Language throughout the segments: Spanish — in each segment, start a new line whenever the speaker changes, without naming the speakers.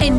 En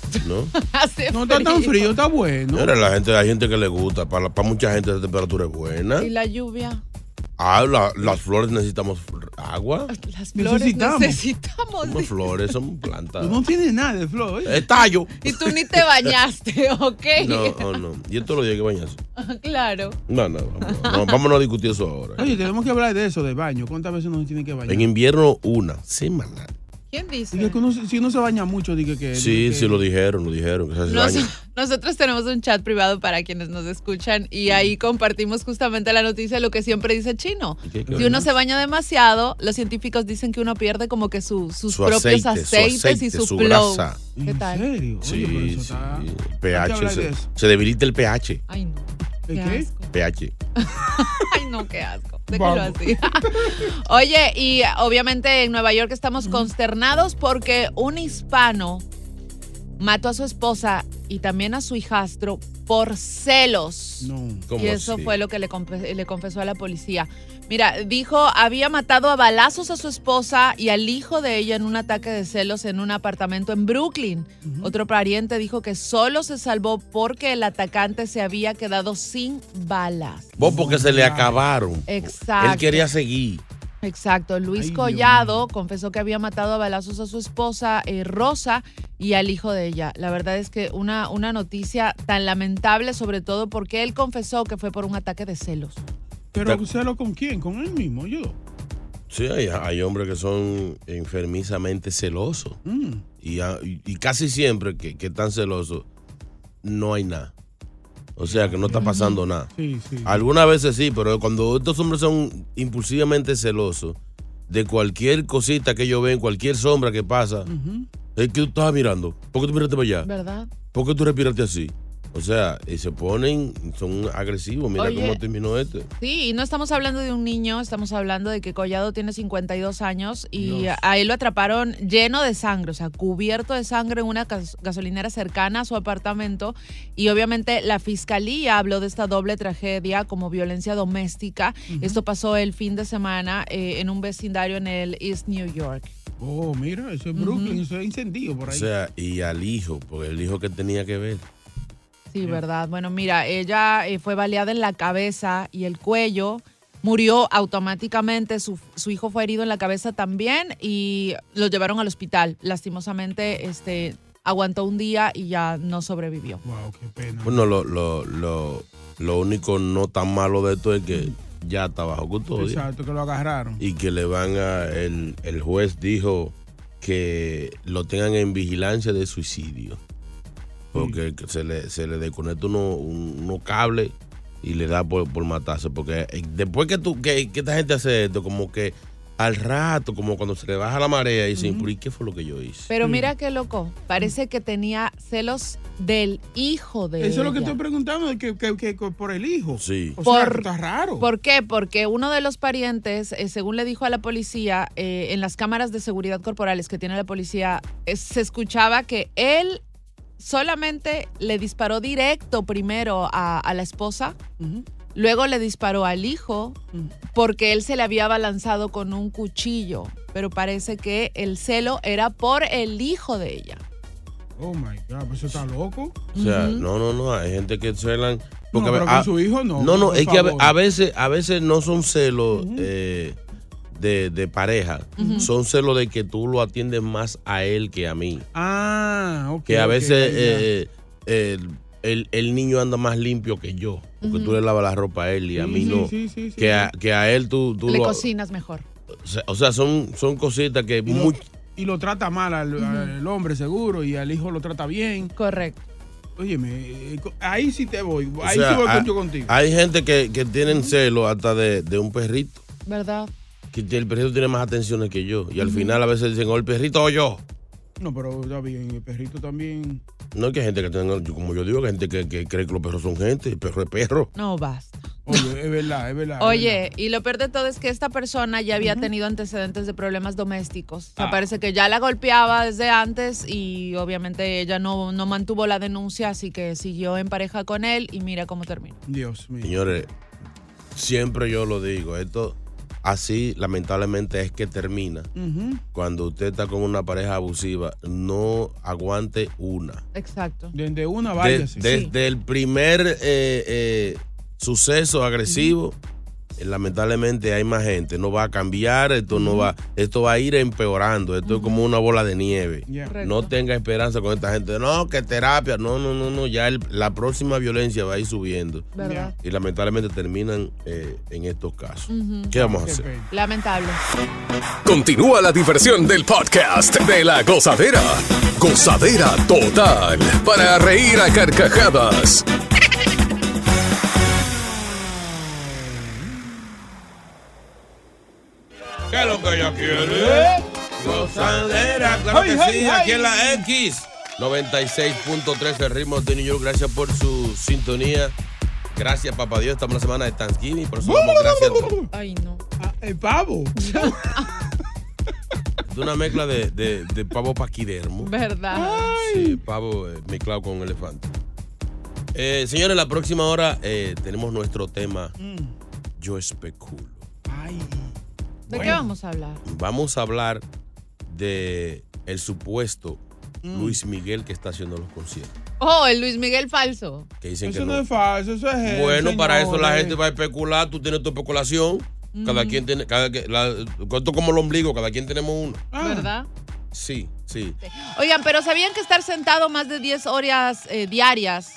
¿No?
Hace
No está tan frío, está bueno.
Mira, la gente, hay gente que le gusta. Para, la- para mucha gente la temperatura es buena.
Y la lluvia.
Ah, la- las flores necesitamos fr- agua.
Las flores necesitamos.
Necesitamos.
Somos flores, somos plantas.
Tú no tienes nada de flor. ¿eh?
Es tallo.
Y tú ni te bañaste, ¿ok?
No, oh, no. Y esto lo que bañarse.
Claro.
No, no, vámonos. No, vámonos a discutir eso ahora.
Oye, tenemos que hablar de eso, de baño. ¿Cuántas veces uno se tiene que bañar?
Ah. En invierno, una semana.
¿Quién dice?
Dije que uno- si uno se baña mucho, dije que.
Sí,
dije
sí,
que-
lo dijeron, lo dijeron. Que se hace
Nos-
daño.
nosotros tenemos un chat privado para quienes nos escuchan y ahí compartimos justamente la noticia de lo que siempre dice Chino.
¿Y qué? ¿Qué
Si uno
verdad?
se baña demasiado, los científicos dicen que uno pierde como que su- sus
Su
propios
aceite, su
aceites y
aceite,
su,
su
flow.
grasa.
¿Qué
¿En
tal?
serio? Oye,
Sí,
pero eso
sí.
está- hay que
pH.
hablar de
Se,
eso.
se debilita el pH.
Ay, no.
¿El
qué
qué?
asco.
pH.
Ay, no, qué asco. Déjalo
Vamos.
así. Oye, y obviamente en Nueva York estamos consternados porque un hispano mató a su esposa y también a su hijastro por celos.
No.
¿Cómo
Y eso
así?
fue lo que le, compe- le confesó a la policía. Mira, dijo, había matado a balazos a su esposa y al hijo de ella en un ataque de celos en un apartamento en Brooklyn. Otro pariente dijo que solo se salvó porque el atacante se había quedado sin balas.
Vos porque se le acabaron.
Exacto.
Él quería seguir.
Exacto, Luis
Ay, Dios
Collado confesó que había matado a balazos a su esposa eh, Rosa y al hijo de ella. La verdad es que una, una noticia tan lamentable, sobre todo porque él confesó que fue por un ataque de celos.
Pero
Te-
úsalo con quién? Con él mismo, yo.
Sí, hay, hay hombres que son enfermizamente celosos.
Mm.
Y, a- y- y casi siempre que, que están celosos, no hay nada. O sea, que no está pasando nada.
Sí, sí.
Algunas veces sí, pero cuando estos hombres son impulsivamente celosos de cualquier cosita que ellos ven, cualquier sombra que pasa,
Ujú.
es que tú estás mirando. ¿Por qué tú miraste para allá?
¿Verdad?
¿Por qué tú respiraste así? O sea, y se ponen, son agresivos. Mira
Oye.
cómo terminó este.
Sí, y no estamos hablando de un niño, estamos hablando de que Collado tiene 52 años y
Dios.
a él lo atraparon lleno de sangre, o sea, cubierto de sangre en una gas- gasolinera cercana a su apartamento. Y obviamente la fiscalía habló de esta doble tragedia como violencia doméstica. Esto pasó el fin de semana eh, en un vecindario en el East New York.
Oh, mira, eso es Brooklyn, eso es incendio por
O
ahí.
sea, y al hijo, porque el hijo que tenía que ver.
Sí, verdad. Bueno, mira, ella eh, fue baleada en la cabeza y el cuello. Murió automáticamente, su, su hijo fue herido en la cabeza también y lo llevaron al hospital. Lastimosamente, este, aguantó un día y ya no sobrevivió.
wow, qué pena.
Bueno, lo, lo, lo, lo único no tan malo de esto es que ya está bajo custodia.
Exacto, que lo agarraron.
y que le van a el, el juez dijo que lo tengan en vigilancia de suicidio porque que se le se le desconecta uno un- unos cables y le da por, por matarse porque eh, después que tú que, que esta gente hace esto como que al rato como cuando se le baja la marea y dicen "Pero, ¿y qué fue lo que yo hice
Pero
Sí.
mira qué loco, parece que tenía celos del hijo de
Eso es lo que
ella.
estoy preguntando, de que, que- que- que por el hijo.
sí
O sea,
Por-
está raro.
¿Por qué? Porque uno de los parientes, eh, según le dijo a la policía, eh, en las cámaras de seguridad corporales que tiene la policía, eh, se escuchaba que él solamente le disparó directo primero a, a la esposa,
Ujú.
luego le disparó al hijo,
Mm.
porque él se le había balanzado con un cuchillo, pero parece que el celo era por el hijo de ella.
Oh my God, pues eso está loco.
O sea, no, no, no, hay gente que celan. Porque
No,
a ve-
pero con
a-
su hijo no,
No, no,
por
es que a ve-
favor.
a, veces, a veces no son celos eh, de, de pareja, son celos de que tú lo atiendes más a él que a mí.
Ah, ok.
Que a
ok,
veces
ya.
eh, el, el- el niño anda más limpio que yo, porque tú le lavas la ropa a él y a
Sí,
mí
sí,
no.
sí, sí, sí.
que, a, que a él tú, tú
Le
lo-
cocinas mejor.
o sea- O sea, son, son cositas que...
Y lo-
much-
Y lo trata mal al, al hombre seguro y al hijo lo trata bien.
Correcto.
Óyeme, eh, co- ahí sí te voy.
o
Ahí
sea, ah,
sí voy
hay-
mucho contigo.
Hay gente que, que tienen celos hasta de, de un perrito.
¿Verdad?
que el perrito tiene más atenciones que yo. Y al final a veces dicen, o el perrito o yo.
No, pero está bien, el perrito también.
No es que hay gente que tenga, yo- como yo digo, que hay gente que, que cree que los perros son gente, el perro es perro.
No basta.
Oye, es verdad, es verdad. es verdad.
Oye, y lo peor de todo es que esta persona ya había tenido antecedentes de problemas domésticos. O sea, parece que ya la golpeaba desde antes y obviamente ella no, no mantuvo la denuncia, así que siguió en pareja con él y mira cómo terminó.
Dios mío.
Señores, siempre yo lo digo, esto así lamentablemente es que termina.
Ujú,
Cuando usted está con una pareja abusiva, no aguante una.
Exacto.
Desde una
De-
vaya. sí.
desde el primer eh, eh, suceso agresivo, eh, lamentablemente hay más gente. No va a cambiar, esto no va, esto va a ir empeorando. Esto es como una bola de nieve.
Ya.
Correcto.
No tenga esperanza con esta gente. No, que terapia. No, no, no, no. Ya el- la próxima violencia va a ir subiendo.
¿Verdad?
Y lamentablemente terminan eh, en estos casos.
Ujú.
¿Qué vamos a
Qué
hacer?
pena.
Lamentable.
Continúa la diversión del podcast de la gozadera. Gozadera total. Para reír a carcajadas.
¿Qué es lo que ella quiere? Gozadera, claro que sí, aquí en la X. 96.3 el ritmo de New York. Gracias por su sintonía. Gracias, papá Dios. Estamos en la semana de Thanksgiving. Por eso damos gracias. a todos.
Ay, no.
Ah, el pavo.
Es una mezcla de, de- de pavo paquidermo.
¿Verdad?
Sí, pavo eh, mezclado con elefante. Eh, señores, la próxima hora eh, tenemos nuestro tema. Yo especulo.
Mm. Ay.
¿De qué vamos a hablar?
Vamos a hablar de el supuesto Luis Miguel que está haciendo los conciertos.
Oh, el Luis Miguel falso.
Que dicen
Eso
que
no
no.
es eh. falso, eso es él,
Bueno, para eso
señores.
la gente va a especular. Tú tienes tu especulación. Cada quien tiene. Cada, que- la, esto como el ombligo, cada quien tenemos uno.
Ah,
¿Verdad?
Sí, sí.
Oigan, pero ¿sabían que estar sentado más de 10 horas eh, diarias,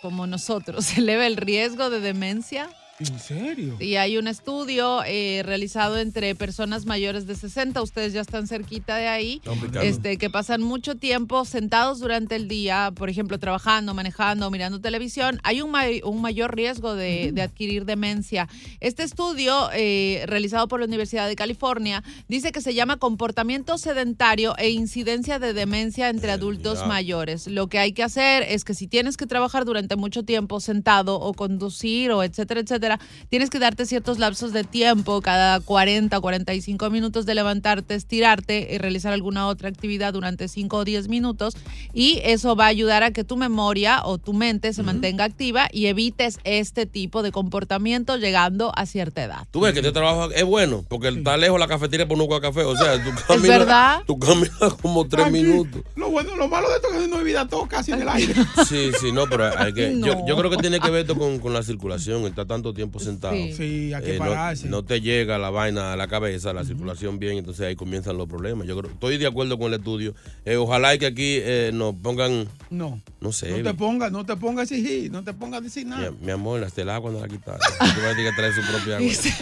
como nosotros, eleva el riesgo de demencia?
¿En serio?
Y hay un estudio eh, realizado entre personas mayores de 60, ustedes ya están cerquita de ahí,
Complicado.
este, que pasan mucho tiempo sentados durante el día, por ejemplo, trabajando, manejando, mirando televisión, hay un, may- un mayor riesgo de, de adquirir demencia. Este estudio, eh, realizado por la Universidad de California, dice que se llama comportamiento sedentario e incidencia de demencia entre
Eh,
adultos
mira.
mayores. Lo que hay que hacer es que si tienes que trabajar durante mucho tiempo sentado o conducir o etcétera, etcétera, tienes que darte ciertos lapsos de tiempo, cada 40 o 45 minutos de levantarte, estirarte y realizar alguna otra actividad durante 5 o 10 minutos y eso va a ayudar a que tu memoria o tu mente se mantenga activa y evites este tipo de comportamiento llegando a cierta edad.
Tú ves que este trabajo es bueno, porque está lejos la cafetería por un hueco de café. O sea, tú caminas,
verdad.
tú caminas como tres
Aquí,
minutos.
Lo bueno, lo malo de esto es que no hay vida todo casi en el aire.
Sí, sí, no, pero hay que, yo,
No.
yo creo que tiene que ver esto con, con la circulación. Está tanto tiempo sentado.
Sí.
Sí, hay que
Eh, no-
pararse.
no, te llega la vaina a la cabeza, la circulación bien, entonces ahí comienzan los problemas. Yo creo, estoy de acuerdo con el estudio. Eh, ojalá y que aquí eh, nos pongan,
No.
no sé,
No te pongas, no te pongas a exigir, no te pongas a decir
mi,
nada.
mi amor, las telas cuando la quitas. Tú vas a tener que traer su propia agua.
Dice,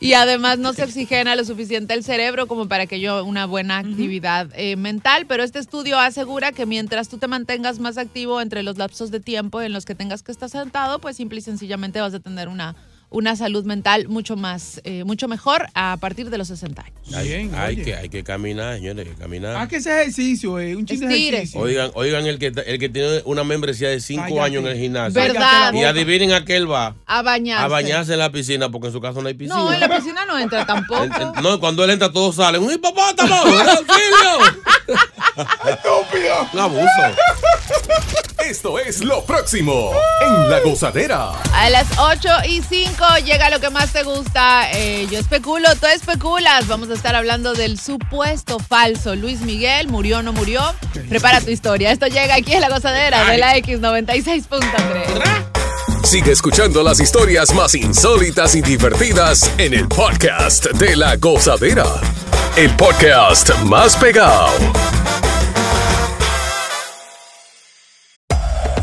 y además no se oxigena lo suficiente el cerebro como para que yo una buena actividad eh, mental, pero este estudio asegura que mientras tú te mantengas más activo entre los lapsos de tiempo en los que tengas que estar sentado, pues simple y sencillamente vas a tener una una salud mental mucho más eh, mucho mejor a partir de los 60 años.
Hay,
Bien,
hay
oye.
que, hay que caminar, señores, hay que caminar.
Haz que ese ejercicio, eh, un chiste de
Estire.
ejercicio.
Oigan, oigan el que está- el que tiene una membresía de cinco
Cállate.
años en el gimnasio.
Cállate la
¿Verdad?
Y
boca.
adivinen a qué él va.
A bañarse.
A bañarse en la piscina, porque en su casa no hay piscina.
No, en la piscina no entra tampoco.
En- en- no, cuando él entra todos salen. ¡Un hipopótamo! ¡Un auxilio! ¡Estúpido! Un abuso.
Esto es lo próximo en La Gozadera.
A las 8 y 5 llega lo que más te gusta. Eh, yo especulo, tú especulas. Vamos a estar hablando del supuesto falso. Luis Miguel, ¿murió o no murió? Prepara tu historia. Esto llega aquí en la gozadera de la X96.3.
Sigue escuchando las historias más insólitas y divertidas en el podcast de La Gozadera. El podcast más pegado.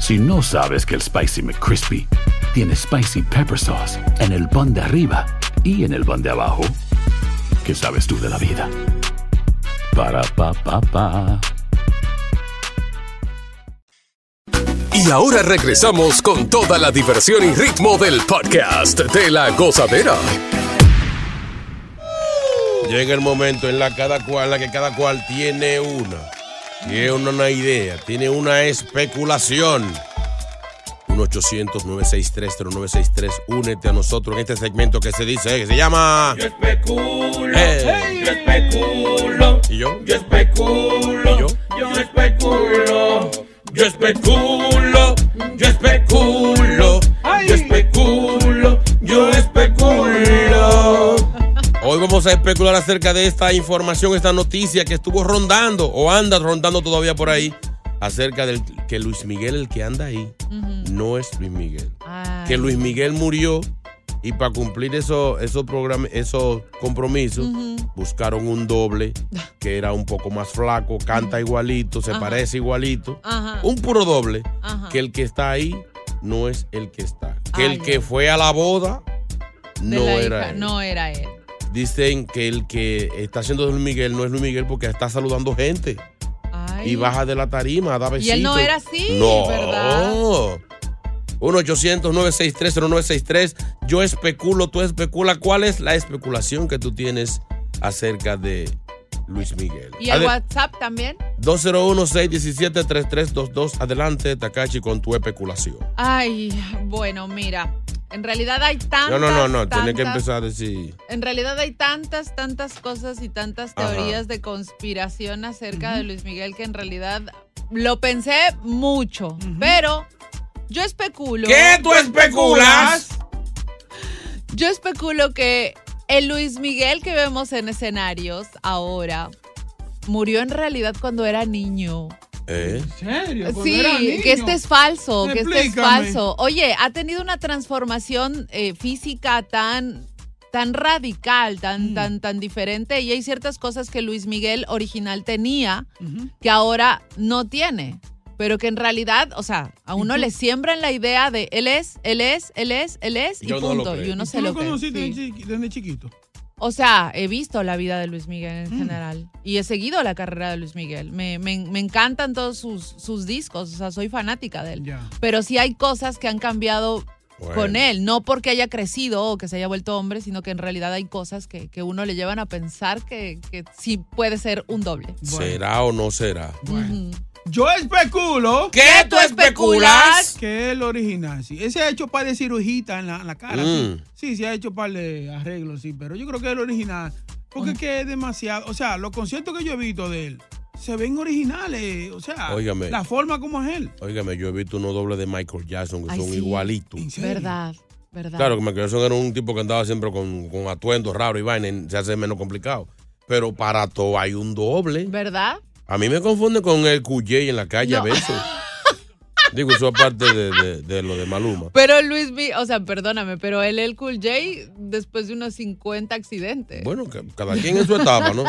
Si no sabes que el Spicy McCrispy tiene Spicy Pepper Sauce en el pan de arriba y en el pan de abajo, ¿qué sabes tú de la vida? Para, pa, pa, pa.
Y ahora regresamos con toda la diversión y ritmo del podcast de La Gozadera.
Llega el momento en la cada cual, la que cada cual tiene una. Tiene una, una idea, tiene una especulación. 1-800-963-0963. Únete a nosotros en este segmento que se dice, que se llama. Yo especulo. Yo especulo. ¿Y yo? Yo especulo. yo? especulo. Yo especulo. Yo especulo. Yo especulo. Yo especulo. Hoy vamos a especular acerca de esta información, esta noticia que estuvo rondando o anda rondando todavía por ahí acerca del que Luis Miguel, el que anda ahí, no es Luis Miguel. Que Luis Miguel murió y para cumplir esos esos programas, esos compromisos, buscaron un doble que era un poco más flaco, canta igualito, se
Ajá.
parece igualito.
Ajá.
Un puro doble,
Ajá.
que el que está ahí no es el que está. Que
Ay,
el que fue a la boda
De
no
la
era
hija.
él.
No era él.
Dicen que el que está haciendo Luis Miguel no es Luis Miguel porque está saludando gente.
Ay.
Y baja de la tarima, da
Y
besitos.
él no era así,
No.
¿verdad?
1-800-963-0963. Yo especulo, tú especula. ¿Cuál es la especulación que tú tienes acerca de Luis Miguel?
Y el
Ade-
WhatsApp también.
201-617-3322. Adelante, Takachi, con tu especulación.
Ay, bueno, mira. En realidad hay tantas.
no, no, no, no. Tienes que
tantas-
empezar a decir.
En realidad hay tantas, tantas cosas y tantas
Ajá.
teorías de conspiración acerca de Luis Miguel que en realidad lo pensé mucho, pero yo especulo.
¿Qué tú especulas?
Yo especulo que el Luis Miguel que vemos en escenarios ahora murió en realidad cuando era niño.
¿Eh?
serio? Cuando
Sí,
era niño.
que este es falso, que este es
Explícame.
falso. Oye, ha tenido una transformación eh, física tan tan radical,
Mm.
tan tan tan diferente y hay ciertas cosas que Luis Miguel original tenía que ahora no tiene, pero que en realidad, o sea, a uno le siembran la idea de él es, él es, él es, él es y
Yo no
punto
lo
y uno
¿Tú
se lo cree,
conociste
sí.
desde chiqui- desde chiquito?
O sea, he visto la vida de Luis Miguel
Mm.
en general y he seguido la carrera de Luis Miguel. Me, me- me encantan todos sus, sus discos, o sea, soy fanática de él. Pero sí hay cosas que han cambiado
Bueno.
con él, no porque haya crecido o que se haya vuelto hombre, sino que en realidad hay cosas que, que uno le llevan a pensar que, que sí puede ser un doble.
¿Será o no será?
Yo especulo.
¿Qué tú especulas?
Que el original, sí. Ese ha hecho par de cirujita en la, en la cara.
Mm.
Sí. sí, se ha hecho par de arreglos, sí. Pero yo creo que el original. Porque es que es demasiado. O sea, los conciertos que yo he visto de él se ven originales. O sea,
Óigame.
la forma como es él.
Óigame, yo he visto unos dobles de Michael Jackson que
Ay,
son
sí.
igualitos.
¿Verdad? ¿Verdad?
Claro, que Michael Jackson era un tipo que andaba siempre con, con atuendos raros y vaina, y se hace menos complicado. Pero para todo hay un doble.
¿Verdad?
A mí me confunde con el Cuyey en la calle a
No.
veces. Digo, eso aparte de, de- de lo de Maluma.
Pero Luis Miguel, o sea, perdóname, pero él, el Cool J, después de unos 50 accidentes.
Bueno, ca- cada quien en su etapa, ¿no?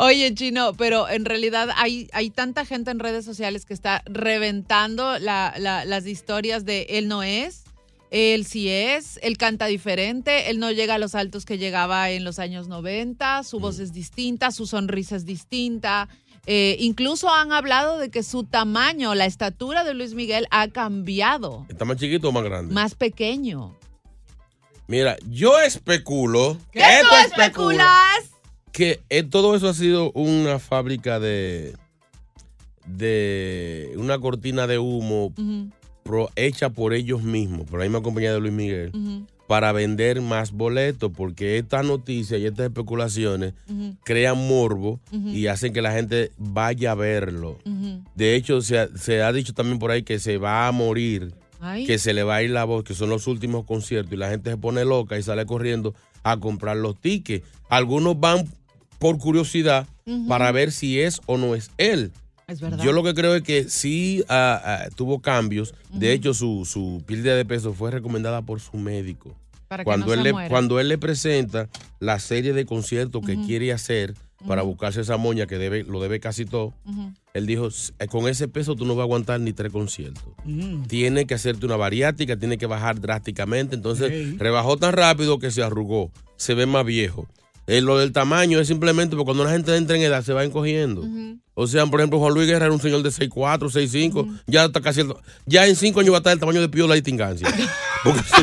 Oye, Chino, pero en realidad hay, hay tanta gente en redes sociales que está reventando la- la- las historias de él no es, él sí es, él canta diferente, él no llega a los
Mm.
altos que llegaba en los años 90, su voz es distinta, su sonrisa es distinta. Eh, incluso han hablado de que su tamaño, la estatura de Luis Miguel ha cambiado,
¿Está más chiquito o más grande?
más pequeño.
Mira, yo especulo
¿Qué tú
Pues
especulas?
que eh, todo eso ha sido una fábrica de. de. una cortina de humo pro- hecha por ellos mismos, por la misma compañía de Luis Miguel, para vender más boletos, porque estas noticias y estas especulaciones crean morbo
Ujú.
y hacen que la gente vaya a verlo. De hecho, se ha, se ha dicho también por ahí que se va a morir,
Ay.
que se le va a ir la voz, que son los últimos conciertos y la gente se pone loca y sale corriendo a comprar los tickets. Algunos van por curiosidad
Ujú.
para ver si es o no es él.
Es verdad.
Yo lo que creo es que sí ah, ah, tuvo cambios. De hecho, su, su pérdida de peso fue recomendada por su médico.
Para que
cuando,
no
él
se
le,
muera.
cuando él le presenta la serie de conciertos que
Ujú.
quiere hacer para
Ujú.
buscarse esa moña que debe, lo debe casi todo,
Ujú.
él dijo, "S- con ese peso tú no vas a aguantar ni tres conciertos. Tiene que hacerte una bariátrica, tiene que bajar drásticamente. Entonces,
Ok.
rebajó tan rápido que se arrugó, se ve más viejo. Eh, lo del tamaño es simplemente porque cuando la gente entra en edad se va encogiendo. O sea, por ejemplo, Juan Luis Guerra era un señor de 6'4, 6'5, ya está casi el- ya en 5 años va a estar el tamaño de Pío la distingancia. Porque se,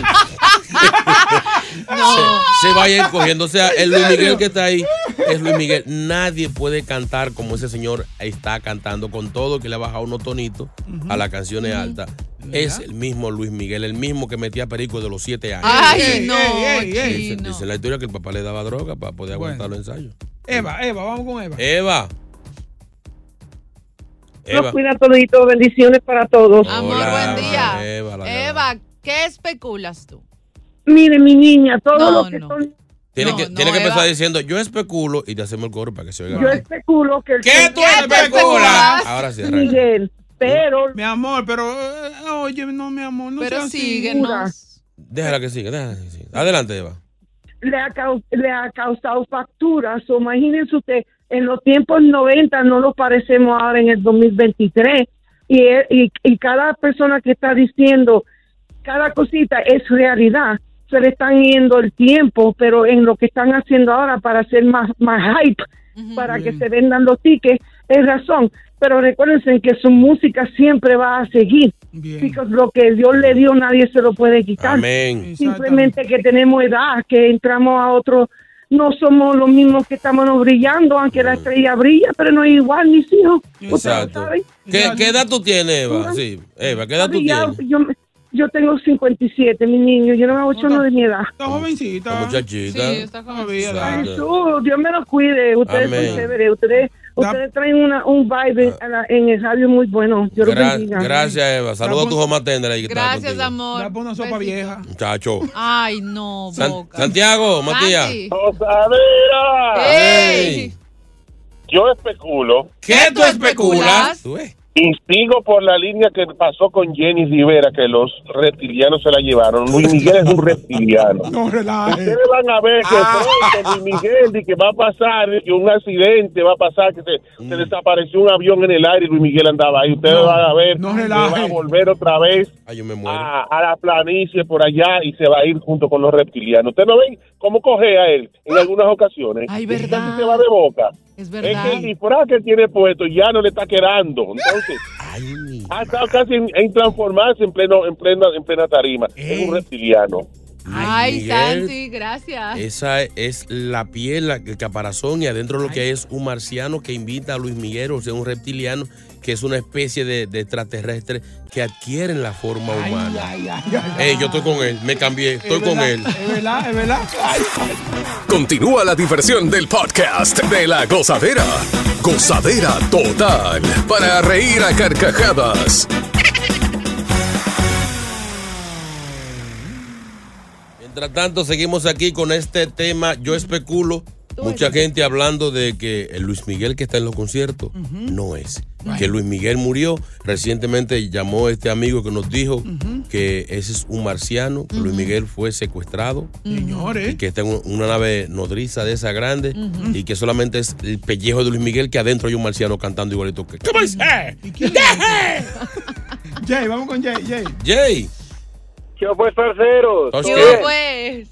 No.
se vaya encogiendo. O sea,
¿En
el Luis
serio?
Miguel que está ahí es Luis Miguel. Nadie puede cantar como ese señor está cantando, con todo que le ha bajado unos tonitos
Ujú.
a las canciones
Ujú.
altas. Es el mismo Luis Miguel, el mismo que metía perico de los 7 años.
Ay,
Ey,
no,
ey, ey, ey.
Dice, dice la historia que el papá le daba droga para poder
Bueno.
aguantar los ensayos.
Eva,
Mm.
Eva, vamos con Eva.
Eva.
Nos cuida todito, bendiciones para todos.
Amor, buen día.
Eva, la-
Eva, ¿qué especulas tú?
Mire, mi niña, todo
No,
lo que
no.
son,
Tiene
No,
que,
no,
tiene que
Eva.
empezar diciendo, yo especulo y te hacemos el coro para que se oiga.
yo especulo que el
¿Qué tú especulas? Ahora sí, arranca.
Miguel, pero
Mi amor, pero. eh, oye, no, mi amor, no
Pero
seas así.
síguenos.
Déjala que siga, déjala que siga. Adelante, Eva.
le ha, cau- le ha causado facturas. O imagínense usted, en los tiempos 90 no nos parecemos ahora en el 2023. Y, e- y, y cada persona que está diciendo cada cosita es realidad. Se le están yendo el tiempo, pero en lo que están haciendo ahora para hacer más, más hype, para que se vendan los tickets, es razón. Pero recuérdense que su música siempre va a seguir. Chicos, lo que Dios le dio nadie se lo puede quitar.
Amén.
Simplemente que tenemos edad, que entramos a otro, no somos los mismos que estamos brillando, aunque la estrella brilla, pero no es igual, mis hijos.
Exacto. ¿Qué, qué edad tú tienes, Eva? Sí, Eva, ¿qué edad tú
Ya,
tienes?
yo, yo tengo 57, mi niño, yo no me hago no de mi edad.
Está jovencita.
Muchachita.
jovencita.
Exacto.
Jesús, Dios me lo cuide, ustedes
Amén. Ah.
son chéveres, ustedes, ustedes traen una, un vibe a la- en el radio muy bueno. Yo los
Gra-
bendiga.
gracias, Eva. Saludos a tu mamá tendra ahí que está
Gracias, amor. Da una sopa vieja.
contigo. Muchacho.
Ay, no,
San-
boca.
Santiago, Matías. Ah,
Santi.
¡Ey! Yo especulo.
¿Qué tú especulas?
Y sigo por la línea que pasó con Jenny Rivera, que los reptilianos se la llevaron. Luis Miguel es un reptiliano.
No relaje.
Ustedes van a ver que pronto Luis Miguel y que va a pasar que un accidente, va a pasar que se, se desapareció un avión en el aire y Luis Miguel andaba ahí. Ustedes van a ver que va a volver otra vez
Ah.
a, a la planicie por allá y se va a ir junto con los reptilianos. ¿Ustedes no ven cómo coge a él
¡Ah!
en algunas ocasiones?
Ay,
verdad. se va de boca.
Es
Es que el disfraz que tiene puesto ya no le está quedando. Entonces, ha estado casi en, en transformarse en pleno, en plena, en plena tarima. Es
Eh.
un reptiliano.
Ay,
Miguel. Eh,
Santi,
Ah.
gracias.
Esa es la piel, la- el caparazón y adentro lo que hay es un marciano que invita a Luis Miguel, o sea, un reptiliano que es una especie de, de extraterrestre que adquieren la forma humana. Ey, yo estoy con él, me cambié, estoy con él.
Es verdad, es verdad.
Continúa la diversión del podcast de la gozadera. Gozadera total. Para reír a carcajadas.
Mientras tanto, seguimos aquí con este tema. Yo especulo, mucha gente hablando de que el Luis Miguel que está en los conciertos no es. Que Luis Miguel murió. Recientemente llamó este amigo que nos dijo que ese es un marciano, que Luis Miguel fue secuestrado. Y
Señores.
que está en una nave nodriza de esa grande
Ujú.
y que solamente es el pellejo de Luis Miguel que adentro hay un marciano cantando igualito que. ¿Cómo dice?
Jay, vamos con Jay, Jay.
Jay.
¿Qué pues, parceros?
Entonces,
¿Qué?
Pues,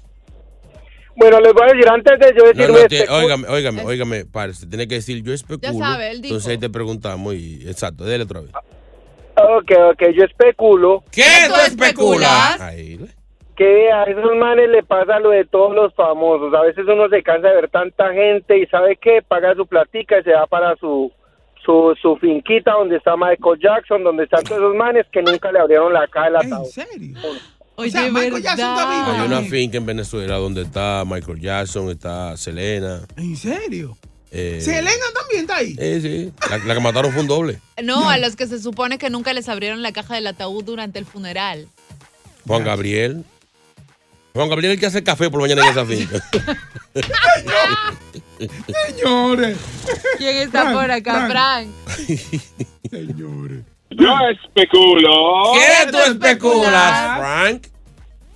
Bueno, les voy a decir antes de yo
No,
decirme.
no, te-
especu-
óigame, óigame, óigame, parce, tiene que decir yo especulo.
sabe, él dijo.
Entonces ahí te preguntamos y exacto, dele otra vez.
Ok, ok, yo especulo.
¿Qué
tú especulas?
Ahí,
Que a esos manes le pasa lo de todos los famosos. A veces uno se cansa de ver tanta gente y sabe que paga su platica y se va para su, su, su finquita donde está Michael Jackson, donde están todos esos manes que nunca le abrieron la cara del ataúd.
Oye,
sea, Michael Jackson está vivo
Hay una
también.
finca en Venezuela donde está Michael Jackson, está Selena.
¿En serio?
Eh,
Selena también está ahí.
Eh, sí, la, la que mataron fue un doble.
No, a los que se supone que nunca les abrieron la caja del ataúd durante el funeral.
Juan Gabriel. Juan Gabriel es el que hace café por la mañana en esa finca.
Señores.
¿Quién está
Frank,
por acá, Frank?
Yo especulo.
¿Qué tú
especulas,
Frank?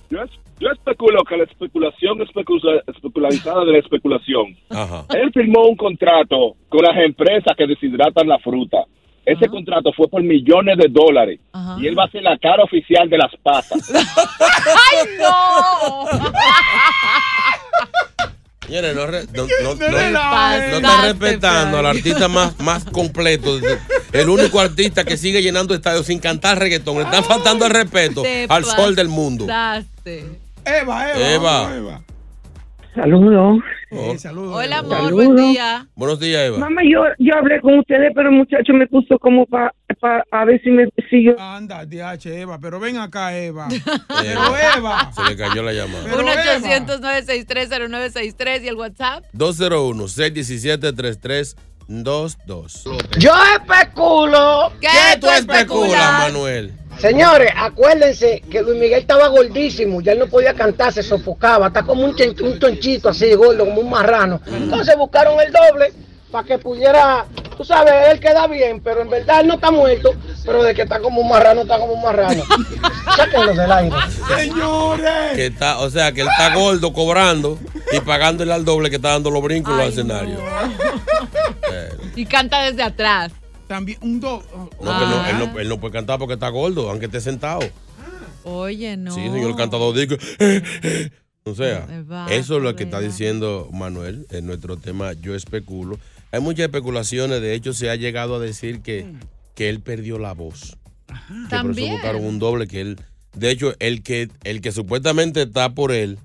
Yo, es- yo especulo que la especulación especula- especularizada de la especulación.
Ajá.
Él firmó un contrato con las empresas que deshidratan la fruta. Ese contrato fue por millones de dólares.
Ah.
Y él va a ser la cara oficial de las pasas.
¡Ay, no!
Señores, no, re- no, no- no-
relajes.
no están respetando al artista más, más completo. El único artista que sigue llenando estadios sin cantar reggaetón. Le están faltando el respeto
Te
al sol del mundo.
pasaste.
Eva, Eh,
Eva. Oh.
Saludos.
Hola, amor, buen día.
Buenos días, Eva.
Mamá, yo, yo hablé con ustedes, pero el muchacho me puso como para a ver si me si yo.
Anda, DH, Eva, pero ven acá, Eva. Pero Eva.
Se le cayó la llamada.
1-800-963-0963 y el WhatsApp.
201-617-3322.
Yo especulo.
¿Qué tú especulas, Manuel?
Señores, acuérdense que Luis Miguel estaba gordísimo, ya él no podía cantar, se sofocaba, está como un, chen- un chonchito así, gordo, como un marrano. Entonces buscaron el doble para que pudiera, tú sabes, él queda bien, pero en verdad él no está muerto, pero de que está como un marrano, está como un marrano. Sáquenlo del aire.
Señores.
Que está, o sea, que él está gordo cobrando y pagándole al doble que está dando los brincos en los escenarios.
Y canta desde atrás.
También un Oh. do.
No, que no, él, no, él no puede cantar porque está gordo, aunque esté sentado.
Oye, no.
Sí, señor cantador, digo. eh. o sea, eso es lo que está diciendo Manuel en nuestro tema Yo especulo. Hay muchas especulaciones, de hecho se ha llegado a decir que, que él perdió la voz. Que por eso
También.
buscaron un doble que él. De hecho, el que, el que supuestamente está por él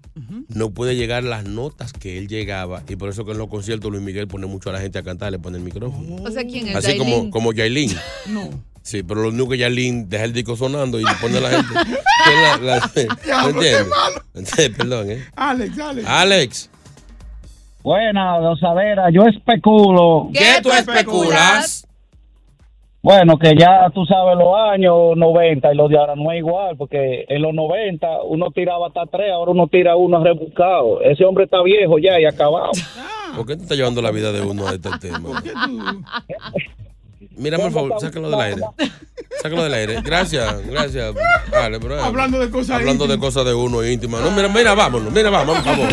no puede llegar las notas que él llegaba. Y por eso que en los conciertos Luis Miguel pone mucho a la gente a cantar, le pone el micrófono.
O sea, ¿quién es?
Así como,
Yailin?
como Yailin.
No.
Sí, pero lo único que Yailin deja el disco sonando y pone a la gente. que la- la- ¿Me
Diablo, qué
entiendes?
malo.
Entonces, Perdón, ¿eh?
Alex, Alex.
Alex.
Buena, gozadera, yo especulo.
¿Qué tú especulas?
Bueno, que ya tú sabes los años 90 y los de ahora no es igual, porque en los 90 uno tiraba hasta tres, ahora uno tira uno rebuscado. Ese hombre está viejo ya y acabado.
¿Por qué te estás llevando la vida de uno a este tema? Mira, por favor, sácalo del aire. Sácalo del aire. Gracias, gracias. Vale, pero, eh,
Hablando de cosas
Hablando de cosas de uno íntima. No, mira, mira, vámonos, mira, vamos, vamos.